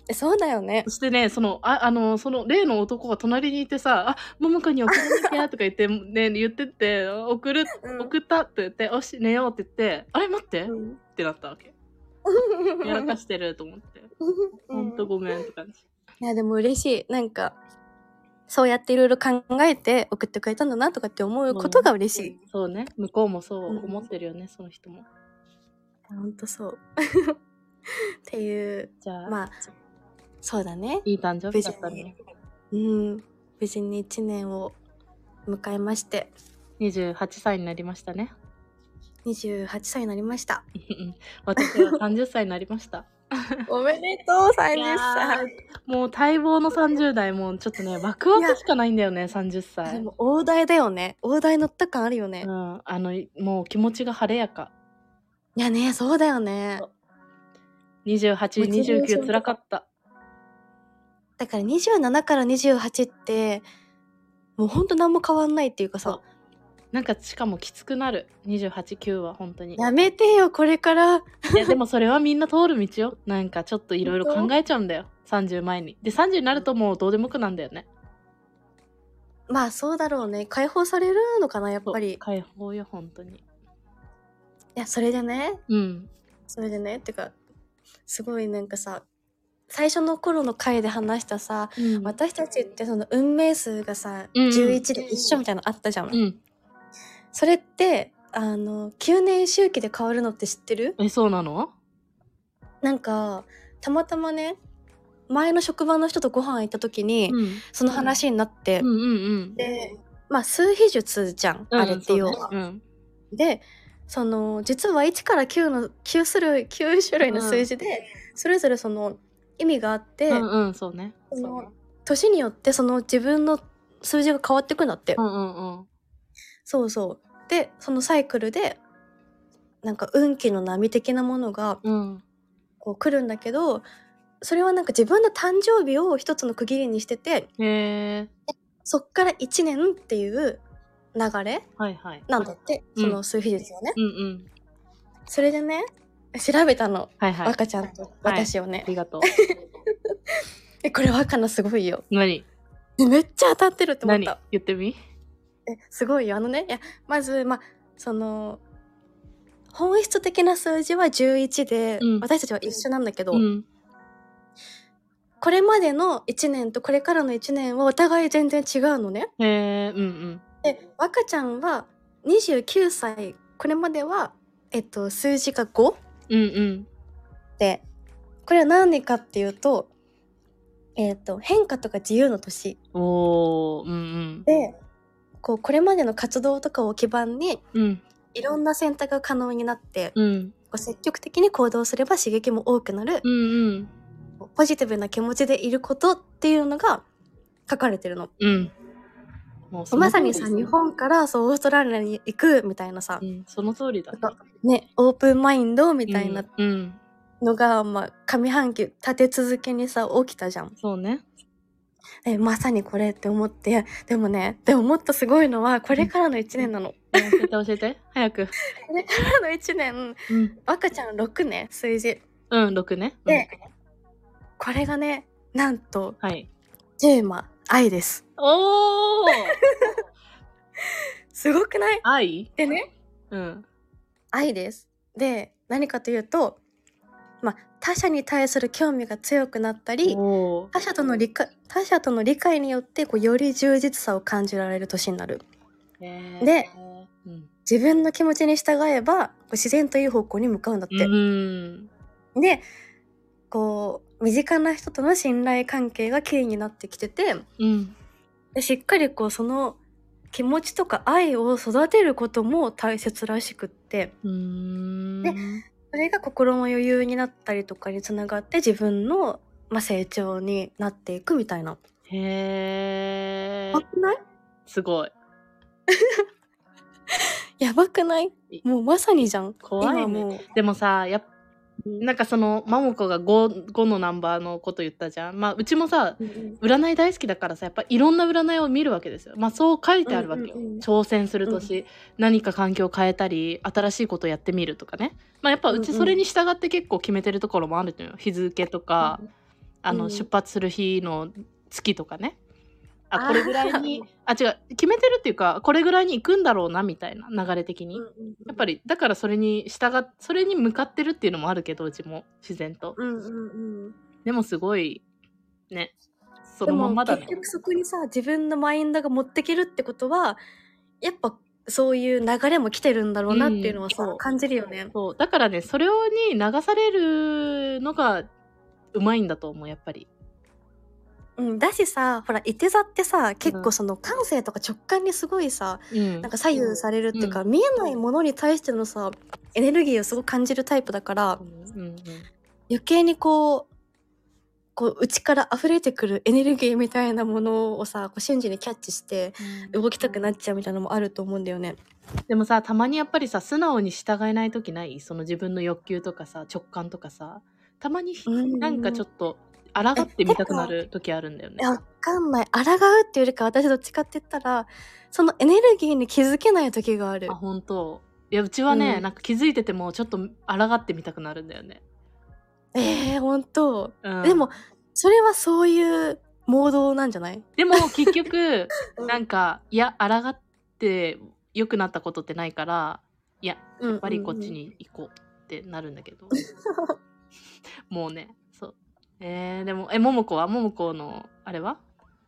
[SPEAKER 1] えそうだよね
[SPEAKER 2] そ。してね、その、あ、あの、その、例の男が隣にいてさ、あ、桃子に送らなきゃとか言って、ね、言ってって、送る、
[SPEAKER 1] うん
[SPEAKER 2] 送ったって言って、おし、寝ようって言って、あれ待って、
[SPEAKER 1] う
[SPEAKER 2] っ
[SPEAKER 1] ん
[SPEAKER 2] てなったわけ。やらかしてると思って。ほんとごめんって感じ。
[SPEAKER 1] いや、でも嬉しい。なんか、そうやっていろいろ考えて送ってくれたんだなとかって思うことが嬉しい。
[SPEAKER 2] そうね。向こうもそう思ってるよね、その人も。
[SPEAKER 1] ほんとそう。 っていう、
[SPEAKER 2] じゃあ、
[SPEAKER 1] まあ、そうだね。
[SPEAKER 2] いい誕生日だったね。
[SPEAKER 1] うん。無事に1年を迎えまして、
[SPEAKER 2] 28歳になりましたね。
[SPEAKER 1] 28歳になりました。
[SPEAKER 2] 私は30歳になりました。
[SPEAKER 1] おめでとう、
[SPEAKER 2] いやー。もう待望の30代、もうちょっとね、ワクワクしかないんだよね、30
[SPEAKER 1] で
[SPEAKER 2] 歳。
[SPEAKER 1] も大台だよね。大台乗った感あるよね。
[SPEAKER 2] うん、あの、もう気持ちが晴れやか。
[SPEAKER 1] いやね、そうだよね
[SPEAKER 2] そ。う28、29、辛かった。
[SPEAKER 1] だから27から28って、もうほんと何も変わんないっていうか
[SPEAKER 2] そ
[SPEAKER 1] さ、
[SPEAKER 2] なんか、しかもきつくなる。28、9は本当に。
[SPEAKER 1] やめてよ、これから。
[SPEAKER 2] いや、でもそれはみんな通る道よ。なんか、ちょっといろいろ考えちゃうんだよ。30前に。で、30になるともうどうでもよくなんだよね。
[SPEAKER 1] まあそうだろうね。解放されるのかな、やっぱり。い
[SPEAKER 2] 解放よ、本当に。
[SPEAKER 1] や、それでね、
[SPEAKER 2] うん。
[SPEAKER 1] それでね、ってか、すごいなんかさ、最初の頃の回で話したさ、
[SPEAKER 2] うん
[SPEAKER 1] 私たちってその運命数がさ、
[SPEAKER 2] うん
[SPEAKER 1] 11で一緒みたいなのあったじゃん。
[SPEAKER 2] うん。
[SPEAKER 1] それって、あの、9年周期で変わるのって知ってる
[SPEAKER 2] え、そうなの
[SPEAKER 1] なんか、たまたまね、前の職場の人とご飯行った時に、
[SPEAKER 2] うん。
[SPEAKER 1] その話になって、
[SPEAKER 2] うんうん
[SPEAKER 1] で、まあ、数比術じゃん、
[SPEAKER 2] うん。
[SPEAKER 1] あれっていうの
[SPEAKER 2] ん
[SPEAKER 1] は
[SPEAKER 2] そうねうん。
[SPEAKER 1] でその実は1から9の9種類9種類の数字で、それぞれその意味があって、
[SPEAKER 2] うんうん、そうね。
[SPEAKER 1] そ
[SPEAKER 2] そう
[SPEAKER 1] の
[SPEAKER 2] ね
[SPEAKER 1] 年によってその自分の数字が変わってくんだって、
[SPEAKER 2] うんうんうん。
[SPEAKER 1] そうそうでそのサイクルでなんか運気の波的なものが
[SPEAKER 2] うん。
[SPEAKER 1] こう来るんだけどそれはなんか自分の誕生日を一つの区切りにしてて
[SPEAKER 2] へえ。
[SPEAKER 1] そっから1年っていう流れ
[SPEAKER 2] はいはい。
[SPEAKER 1] なんだって、
[SPEAKER 2] うん
[SPEAKER 1] その数比術をね、
[SPEAKER 2] うんうん。
[SPEAKER 1] それでね調べたの
[SPEAKER 2] はいはい。
[SPEAKER 1] 若ちゃんと私をね、
[SPEAKER 2] ありがとう。
[SPEAKER 1] えこれ若菜すごいよ
[SPEAKER 2] 何
[SPEAKER 1] えめっちゃ当たってるって思っ
[SPEAKER 2] 何
[SPEAKER 1] た
[SPEAKER 2] 言ってみ
[SPEAKER 1] えすごいよあのねいやまずまあその本質的な数字は11で、
[SPEAKER 2] うん
[SPEAKER 1] 私たちは一緒なんだけど、
[SPEAKER 2] うん。
[SPEAKER 1] これまでの1年とこれからの1年はお互い全然違うのね
[SPEAKER 2] へえ、うんうん。
[SPEAKER 1] で若ちゃんは29歳これまではえっと数字が5
[SPEAKER 2] うんうん。
[SPEAKER 1] でこれは何でかっていうとえっと変化とか自由の年
[SPEAKER 2] おー、うん
[SPEAKER 1] でこうこれまでの活動とかを基盤に
[SPEAKER 2] うん。うん。
[SPEAKER 1] いろんな選択が可能になって、
[SPEAKER 2] うん。
[SPEAKER 1] こう積極的に行動すれば刺激も多くなる
[SPEAKER 2] う、ん
[SPEAKER 1] ポジティブな気持ちでいることっていうのが書かれてるの。
[SPEAKER 2] うん。うん。もうその
[SPEAKER 1] まさ
[SPEAKER 2] 通り
[SPEAKER 1] に
[SPEAKER 2] です
[SPEAKER 1] さ、
[SPEAKER 2] ね
[SPEAKER 1] 日本からそうオーストラリアに行くみたいなさ
[SPEAKER 2] う、ん、その通りだね。
[SPEAKER 1] ね、オープンマインドみたいな
[SPEAKER 2] うん。うん
[SPEAKER 1] のが、まあ、上半期立て続けにさ、起きたじゃん。
[SPEAKER 2] そうね。
[SPEAKER 1] え、まさにこれって思って、でもね、でももっとすごいのは、これからの1年なの。
[SPEAKER 2] 教えて教えて。 早く。
[SPEAKER 1] これからの1年、
[SPEAKER 2] うん。
[SPEAKER 1] 赤ちゃん6ね、数字。
[SPEAKER 2] うん、6ね。うん
[SPEAKER 1] で、これがね、なんと、
[SPEAKER 2] はい。
[SPEAKER 1] テーマ、愛です。
[SPEAKER 2] おー
[SPEAKER 1] すごくない
[SPEAKER 2] 愛
[SPEAKER 1] でね
[SPEAKER 2] うん。
[SPEAKER 1] 愛です。で何かというと、まあ、他者に対する興味が強くなったり
[SPEAKER 2] おー。
[SPEAKER 1] 他者との理解他者との理解によってこうより充実さを感じられる年になる。
[SPEAKER 2] へー
[SPEAKER 1] で、
[SPEAKER 2] うん。
[SPEAKER 1] 自分の気持ちに従えばこう自然という方向に向かうんだって。
[SPEAKER 2] うん。
[SPEAKER 1] でこう身近な人との信頼関係がキーになってきてて
[SPEAKER 2] うん。
[SPEAKER 1] でしっかりこうその気持ちとか愛を育てることも大切らしくって
[SPEAKER 2] うーん。
[SPEAKER 1] ねそれが心の余裕になったりとかにつながって自分の、まあ、成長になっていくみたいな。
[SPEAKER 2] へ
[SPEAKER 1] やば
[SPEAKER 2] ー。
[SPEAKER 1] くない
[SPEAKER 2] すごい。
[SPEAKER 1] やばくない
[SPEAKER 2] い
[SPEAKER 1] もうまさにじゃん。
[SPEAKER 2] 怖い
[SPEAKER 1] 今
[SPEAKER 2] ね。
[SPEAKER 1] もう
[SPEAKER 2] でもさ、やっなんかその、マモコが 5, 5のナンバーのこと言ったじゃん。まあ、うちもさ、占い大好きだからさやっぱいろんな占いを見るわけですよ。まあそう書いてあるわけよ。
[SPEAKER 1] うんうんうん
[SPEAKER 2] 挑戦する年、何か環境を変えたり新しいことをやってみるとかね。まあやっぱう
[SPEAKER 1] うん
[SPEAKER 2] ち
[SPEAKER 1] うん
[SPEAKER 2] それに従って結構決めてるところもあるのよ。日付とか、あ
[SPEAKER 1] う
[SPEAKER 2] の
[SPEAKER 1] ん
[SPEAKER 2] 出発する日の月とかね。
[SPEAKER 1] あ
[SPEAKER 2] あ
[SPEAKER 1] ー
[SPEAKER 2] これぐらいにあ違う決めてるっていうかこれぐらいに行くんだろうなみたいな流れ的に。やっぱ
[SPEAKER 1] り、
[SPEAKER 2] りだからそれに従っそれに向かってるっていうのもあるけどうちも自然と。
[SPEAKER 1] うんうんうん、
[SPEAKER 2] でもすごいねそ
[SPEAKER 1] で
[SPEAKER 2] のまん
[SPEAKER 1] も
[SPEAKER 2] まだね
[SPEAKER 1] 結。局そこにさ自分のマインドが持ってけるってことはやっぱそういう流れも来てるんだろうなっていうのはさ、
[SPEAKER 2] うんそう
[SPEAKER 1] 感じるよね。
[SPEAKER 2] そうだからねそれをに流されるのがうまいんだと思うやっぱり
[SPEAKER 1] うん、だしさほらいて座ってさ結構その感性とか直感にすごいさ、
[SPEAKER 2] うん
[SPEAKER 1] なんか左右されるっていうか、見えないものに対してのさエネルギーをすごく感じるタイプだから
[SPEAKER 2] うんうん
[SPEAKER 1] 余計にこうこう内から溢れてくるエネルギーみたいなものをさこう瞬時にキャッチして動きたくなっちゃうみたいなのもあると思うんだよね。
[SPEAKER 2] でもさたまにやっぱりさ素直に従えない時ないその自分の欲求とかさ直感とかさたまに
[SPEAKER 1] うん
[SPEAKER 2] なんかちょっと抗ってみたくなる時あるんだよね
[SPEAKER 1] いや、わかんない。抗うっていうよりか、私どっちかって言ったら、そのエネルギーに気づけない時がある
[SPEAKER 2] あ。本当いやうちはね、
[SPEAKER 1] うん
[SPEAKER 2] なんか気づいててもちょっと抗ってみたくなるんだよね、
[SPEAKER 1] ええー、本当、
[SPEAKER 2] うん
[SPEAKER 1] でも、それはそういうモードなんじゃない
[SPEAKER 2] でも結局
[SPEAKER 1] うん
[SPEAKER 2] なんかいや抗って良くなったことってないからいや
[SPEAKER 1] や
[SPEAKER 2] やっぱりこっち。に行こうってなるんだけど、 もうねそうえー、でもえももこはももこのあれは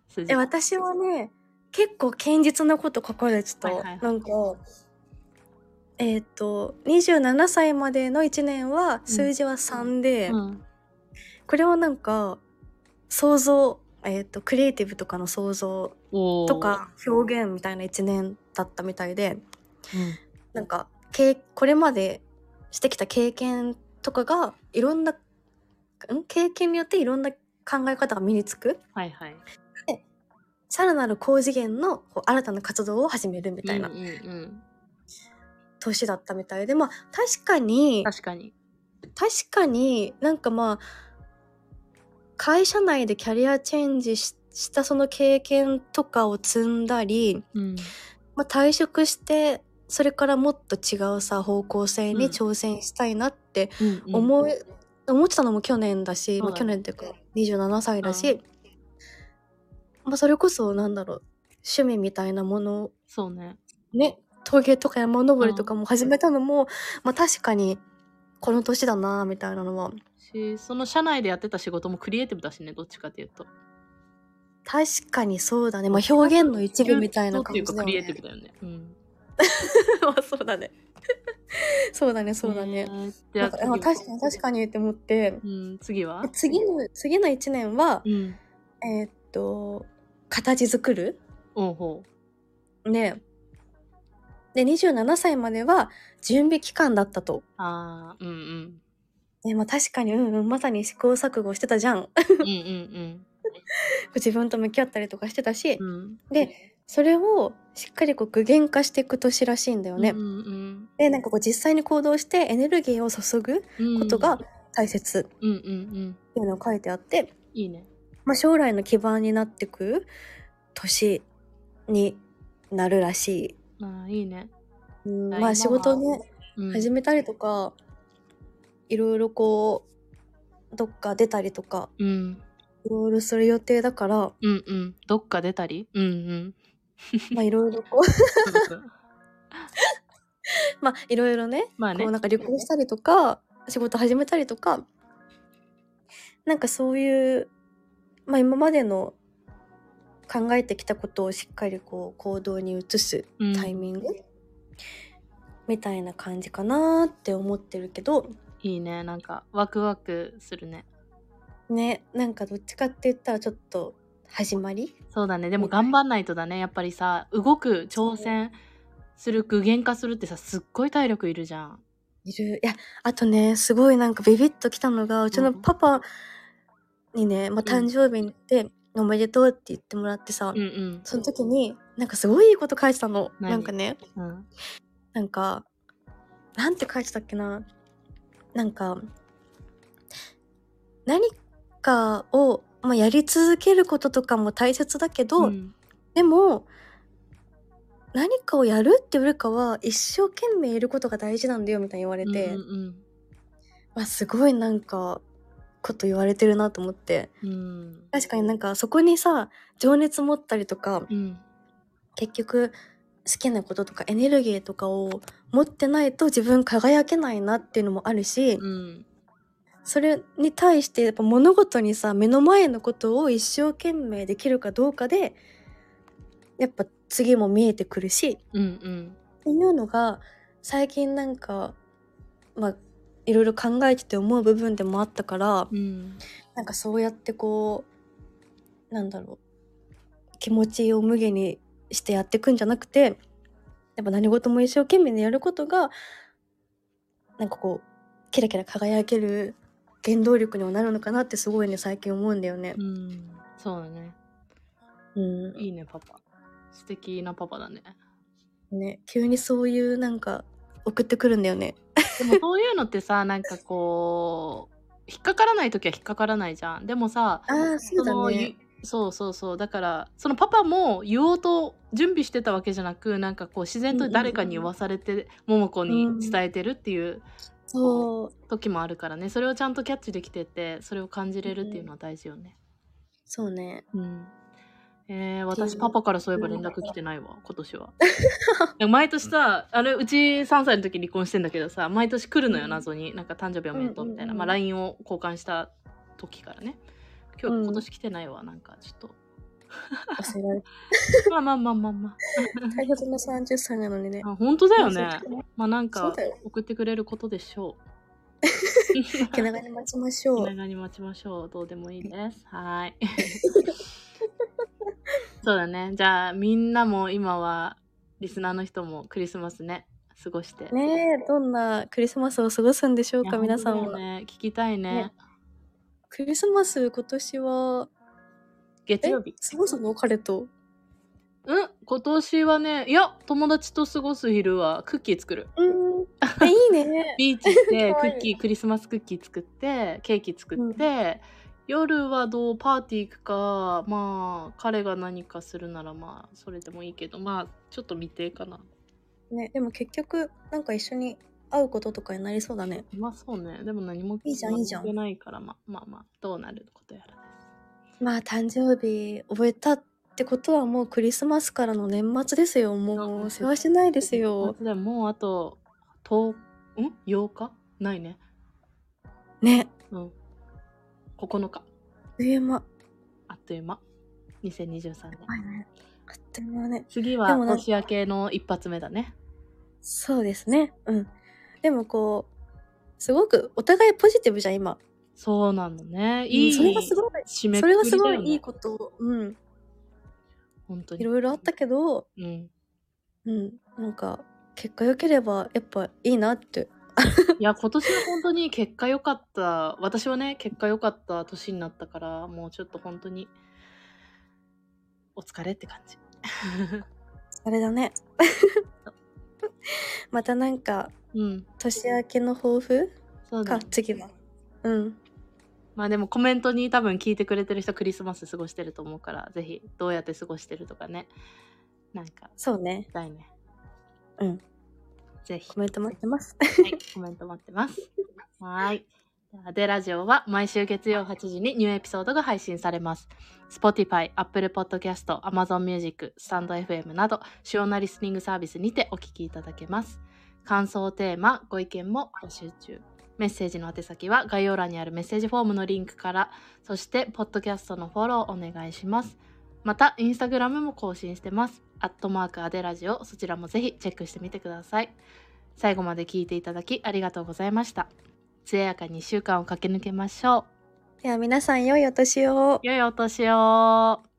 [SPEAKER 2] 数字
[SPEAKER 1] え、私はね、結構堅実なこと書かれてた。
[SPEAKER 2] はいはいはい
[SPEAKER 1] なんか、えっ、と、27歳までの1年は数字は3で、
[SPEAKER 2] うん
[SPEAKER 1] これはなんか、想像、えっ、と、クリエイティブとかの想像
[SPEAKER 2] おー
[SPEAKER 1] と、か表現みたいな1年だったみたいで、
[SPEAKER 2] うん
[SPEAKER 1] なんかけこれまでしてきた経験とかがいろんなん経験によっていろんな考え方が身につく
[SPEAKER 2] はいはい
[SPEAKER 1] さらなる高次元のこう新たな活動を始めるみたいな
[SPEAKER 2] うんうんうん
[SPEAKER 1] 年だったみたいで、まあ確かに
[SPEAKER 2] 確かに
[SPEAKER 1] 確かになんかまあ会社内でキャリアチェンジししたその経験とかを積んだり、
[SPEAKER 2] うん
[SPEAKER 1] まあ、退職してそれからもっと違うさ方向性
[SPEAKER 2] う
[SPEAKER 1] に
[SPEAKER 2] ん
[SPEAKER 1] 挑戦したいなって
[SPEAKER 2] うんうん
[SPEAKER 1] 思い、思ってたのも去年だし、
[SPEAKER 2] そう
[SPEAKER 1] ま
[SPEAKER 2] だ
[SPEAKER 1] あ、去
[SPEAKER 2] ね
[SPEAKER 1] 年っていうか27歳だし、
[SPEAKER 2] う
[SPEAKER 1] まあ、それこそなんだろう趣味みたいなものを
[SPEAKER 2] そうね
[SPEAKER 1] ね陶芸とか山登りとかも始めたのも、まあ、確かにこの年だなみたいなのは
[SPEAKER 2] しその社内でやってた仕事もクリエイティブだしねどっちかっていうと
[SPEAKER 1] 確かにそうだね、まあ、表現の一部みたいな感じ
[SPEAKER 2] だ
[SPEAKER 1] だ
[SPEAKER 2] よね
[SPEAKER 1] よ
[SPEAKER 2] クリエ
[SPEAKER 1] ね
[SPEAKER 2] イティブ。だよね、うん、
[SPEAKER 1] まあそうだねそうだねそうだね。
[SPEAKER 2] えーじゃ
[SPEAKER 1] なん
[SPEAKER 2] あ
[SPEAKER 1] かあ確かに確かにって思って
[SPEAKER 2] うん次は
[SPEAKER 1] 次の次の1年は、
[SPEAKER 2] うん
[SPEAKER 1] えーっと形作る
[SPEAKER 2] おうほ
[SPEAKER 1] ねで27歳までは準備期間だったと。
[SPEAKER 2] うあ ーうんうん
[SPEAKER 1] ねまあ、確かにうんうんまさに試行錯誤してたじゃん
[SPEAKER 2] うんうん
[SPEAKER 1] 自分と向き合ったりとかしてたし、
[SPEAKER 2] うんうん
[SPEAKER 1] でそれをしっかりこう具現化していく年らしいんだよね、
[SPEAKER 2] うんうん
[SPEAKER 1] でなんかこう実際に行動してエネルギーを注ぐ
[SPEAKER 2] うん
[SPEAKER 1] ことが大切
[SPEAKER 2] うんうんうん
[SPEAKER 1] っていうのが書いてあって、
[SPEAKER 2] いいね
[SPEAKER 1] まあ、将来の基盤になってく年になるらし
[SPEAKER 2] ああいいね
[SPEAKER 1] い、うん
[SPEAKER 2] はい
[SPEAKER 1] まあ仕事ね
[SPEAKER 2] うん
[SPEAKER 1] 始めたりとか、いろいろこうどっか出たりとか
[SPEAKER 2] うん
[SPEAKER 1] いろいろする予定だから
[SPEAKER 2] うんうんどっか出たりう んうん
[SPEAKER 1] まあいろいろこう まあいろいろね
[SPEAKER 2] まあね
[SPEAKER 1] こうなんか旅行したりとか仕事始めたりとかなんかそういう、まあ、今までの考えてきたことをしっかりこう行動に移す
[SPEAKER 2] うん
[SPEAKER 1] タイミング、みたいな感じかなーって思ってるけど
[SPEAKER 2] いいねなんかワクワクするね
[SPEAKER 1] ねなんかどっちかって言ったらちょっと始まり
[SPEAKER 2] そうだねでも頑張んないとだねやっぱりさ動く挑戦する具現化するってさすっごい体力いるじゃん
[SPEAKER 1] いる。いや、あとね、すごいなんかビビッときたのが、うちのパパにね、まあ、
[SPEAKER 2] うん
[SPEAKER 1] 誕生日で、おめでとうって言ってもらってさ、
[SPEAKER 2] うんうん
[SPEAKER 1] その時に、なんかすごいいいこと書いてたの。
[SPEAKER 2] 何
[SPEAKER 1] なんかね、
[SPEAKER 2] うん
[SPEAKER 1] なんか、なんて書いてたっけな。なんか、何かを、まあ、やり続けることとかも大切だけど、
[SPEAKER 2] うん
[SPEAKER 1] でも、何かをやるっていうよりかは、一生懸命いることが大事なんだよ、みたいに言われて。
[SPEAKER 2] うんうん
[SPEAKER 1] まあ、すごいなんかこと言われてるなと思って
[SPEAKER 2] うん
[SPEAKER 1] 確かになんかそこにさ情熱持ったりとか
[SPEAKER 2] うん
[SPEAKER 1] 結局好きなこととかエネルギーとかを持ってないと自分輝けないなっていうのもあるし
[SPEAKER 2] うん
[SPEAKER 1] それに対してやっぱ物事にさ目の前のことを一生懸命できるかどうかでやっぱ次も見えてくるし
[SPEAKER 2] うんうん
[SPEAKER 1] っていうのが最近なんかまあいろいろ考えてて思う部分でもあったから
[SPEAKER 2] うん
[SPEAKER 1] なんかそうやってこうなんだろう気持ちを無限にしてやっていくんじゃなくてやっぱ何事も一生懸命にやることがなんかこうキラキラ輝ける原動力にもなるのかなってすごいね最近思うんだよね。
[SPEAKER 2] うんそうだね
[SPEAKER 1] うん、
[SPEAKER 2] いいねパパ素敵なパパだね
[SPEAKER 1] ね急にそういうなんか送ってくるんだよね。
[SPEAKER 2] でもそういうのってさなんかこう引っかからない時は引っかからないじゃんでもさ
[SPEAKER 1] ああそうだ
[SPEAKER 2] の
[SPEAKER 1] ね。
[SPEAKER 2] ゆそうそうそうだからそのパパも言おうと準備してたわけじゃなくなんかこう自然と誰かに言わされて桃子に伝えてるっていう
[SPEAKER 1] そう
[SPEAKER 2] 時もあるからねそれをちゃんとキャッチできててそれを感じれるっていうのは大事よね。
[SPEAKER 1] そうね。
[SPEAKER 2] うんえー、私
[SPEAKER 1] うん
[SPEAKER 2] パパからそういえば連絡来てないわ今年はでも毎年さあれうち3歳の時離婚してんだけどさ毎年来るの
[SPEAKER 1] う
[SPEAKER 2] よ
[SPEAKER 1] ん
[SPEAKER 2] 謎になんか誕生日おめでとうみたいな、
[SPEAKER 1] うんうんうん
[SPEAKER 2] まあ、LINE を交換した時からね今
[SPEAKER 1] う
[SPEAKER 2] 日
[SPEAKER 1] ん
[SPEAKER 2] 今年来てないわなんかちょっ
[SPEAKER 1] 忘れられた
[SPEAKER 2] とまあまあまあまあま
[SPEAKER 1] 大切 な30歳なのにね。
[SPEAKER 2] ああ本当だよね
[SPEAKER 1] そうだよ
[SPEAKER 2] まあなん
[SPEAKER 1] そ
[SPEAKER 2] か
[SPEAKER 1] うだよ
[SPEAKER 2] 送ってくれることでしょ
[SPEAKER 1] 気長に待ちまし
[SPEAKER 2] う
[SPEAKER 1] ょ
[SPEAKER 2] 気
[SPEAKER 1] う。
[SPEAKER 2] 長に待ちましょうどうでもいいですはー いそうだねじゃあみんなも今はリスナーの人もクリスマスね過ごして
[SPEAKER 1] ねえどんなクリスマスを過ごすんでしょう
[SPEAKER 2] いや
[SPEAKER 1] か皆さん
[SPEAKER 2] 本当
[SPEAKER 1] は、
[SPEAKER 2] だよね、聞きたいね
[SPEAKER 1] ねクリスマス今年は
[SPEAKER 2] 月
[SPEAKER 1] え
[SPEAKER 2] 曜日
[SPEAKER 1] 過ごすの彼と
[SPEAKER 2] うん今年はねいや友達と過ごす昼はクッキー作る
[SPEAKER 1] うんえいいね
[SPEAKER 2] ビーチ行って
[SPEAKER 1] かわ
[SPEAKER 2] ク
[SPEAKER 1] いい
[SPEAKER 2] ッキークリスマスクッキー作ってケーキ作って、夜はどうパーティー行くかまあ彼が何かするならまあそれでもいいけどまあちょっと未定かな
[SPEAKER 1] ねでも結局なんか一緒に会うこととかになりそうだね
[SPEAKER 2] まあそうねでも何も
[SPEAKER 1] いいじゃんいいじゃん
[SPEAKER 2] 決まってないからまあまあまあどうなることやら
[SPEAKER 1] まあ誕生日覚えたってことはもうクリスマスからの年末ですよもう世話しないですよ
[SPEAKER 2] でももうあと10ん8日ないね
[SPEAKER 1] ね
[SPEAKER 2] うん9日
[SPEAKER 1] 冬間
[SPEAKER 2] あっという間2023年
[SPEAKER 1] あっという間ね
[SPEAKER 2] 次
[SPEAKER 1] で
[SPEAKER 2] は
[SPEAKER 1] もなんか
[SPEAKER 2] 年明けの一発目だね
[SPEAKER 1] そうですねうんでもこうすごくお互いポジティブじゃん今
[SPEAKER 2] そうなのねいい
[SPEAKER 1] それがすごい
[SPEAKER 2] 締め
[SPEAKER 1] そ
[SPEAKER 2] くく
[SPEAKER 1] れ
[SPEAKER 2] りだよ
[SPEAKER 1] が
[SPEAKER 2] ね
[SPEAKER 1] すごいいいことうん
[SPEAKER 2] 本当
[SPEAKER 1] い
[SPEAKER 2] に
[SPEAKER 1] ろいろあったけど
[SPEAKER 2] うん
[SPEAKER 1] うん、なんか結果良ければやっぱいいなって。
[SPEAKER 2] いや今年は本当に結果良かった私はね結果良かった年になったからもうちょっと本当にお疲れって感じ
[SPEAKER 1] あれだ ね。またなんか
[SPEAKER 2] うん
[SPEAKER 1] 年明けの抱負
[SPEAKER 2] そう
[SPEAKER 1] か、
[SPEAKER 2] だね
[SPEAKER 1] 次は。うん。
[SPEAKER 2] まあでもコメントに多分聞いてくれてる人クリスマス過ごしてると思うからぜひどうやって過ごしてるとかねなんか
[SPEAKER 1] そうね。
[SPEAKER 2] したいね
[SPEAKER 1] うん
[SPEAKER 2] ぜひ
[SPEAKER 1] コメント待ってます。
[SPEAKER 2] はい、コメント待ってます。はーい。ではでラジオは毎週月曜8時にニューエピソードが配信されます。Spotify、Apple Podcast、Amazon Music、スタンド FM など主要なリスニングサービスにてお聞きいただけます。感想、テーマ、ご意見も募集中。メッセージの宛先は概要欄にあるメッセージフォームのリンクから、そして、ポッドキャストのフォローお願いします。また、インスタグラムも更新してます。アットマークアデラジオ、そちらもぜひチェックしてみてください。最後まで聞いていただきありがとうございました。艶やかに1週間を駆け抜けましょ
[SPEAKER 1] では皆さん良いお年を。
[SPEAKER 2] う。良いお年を。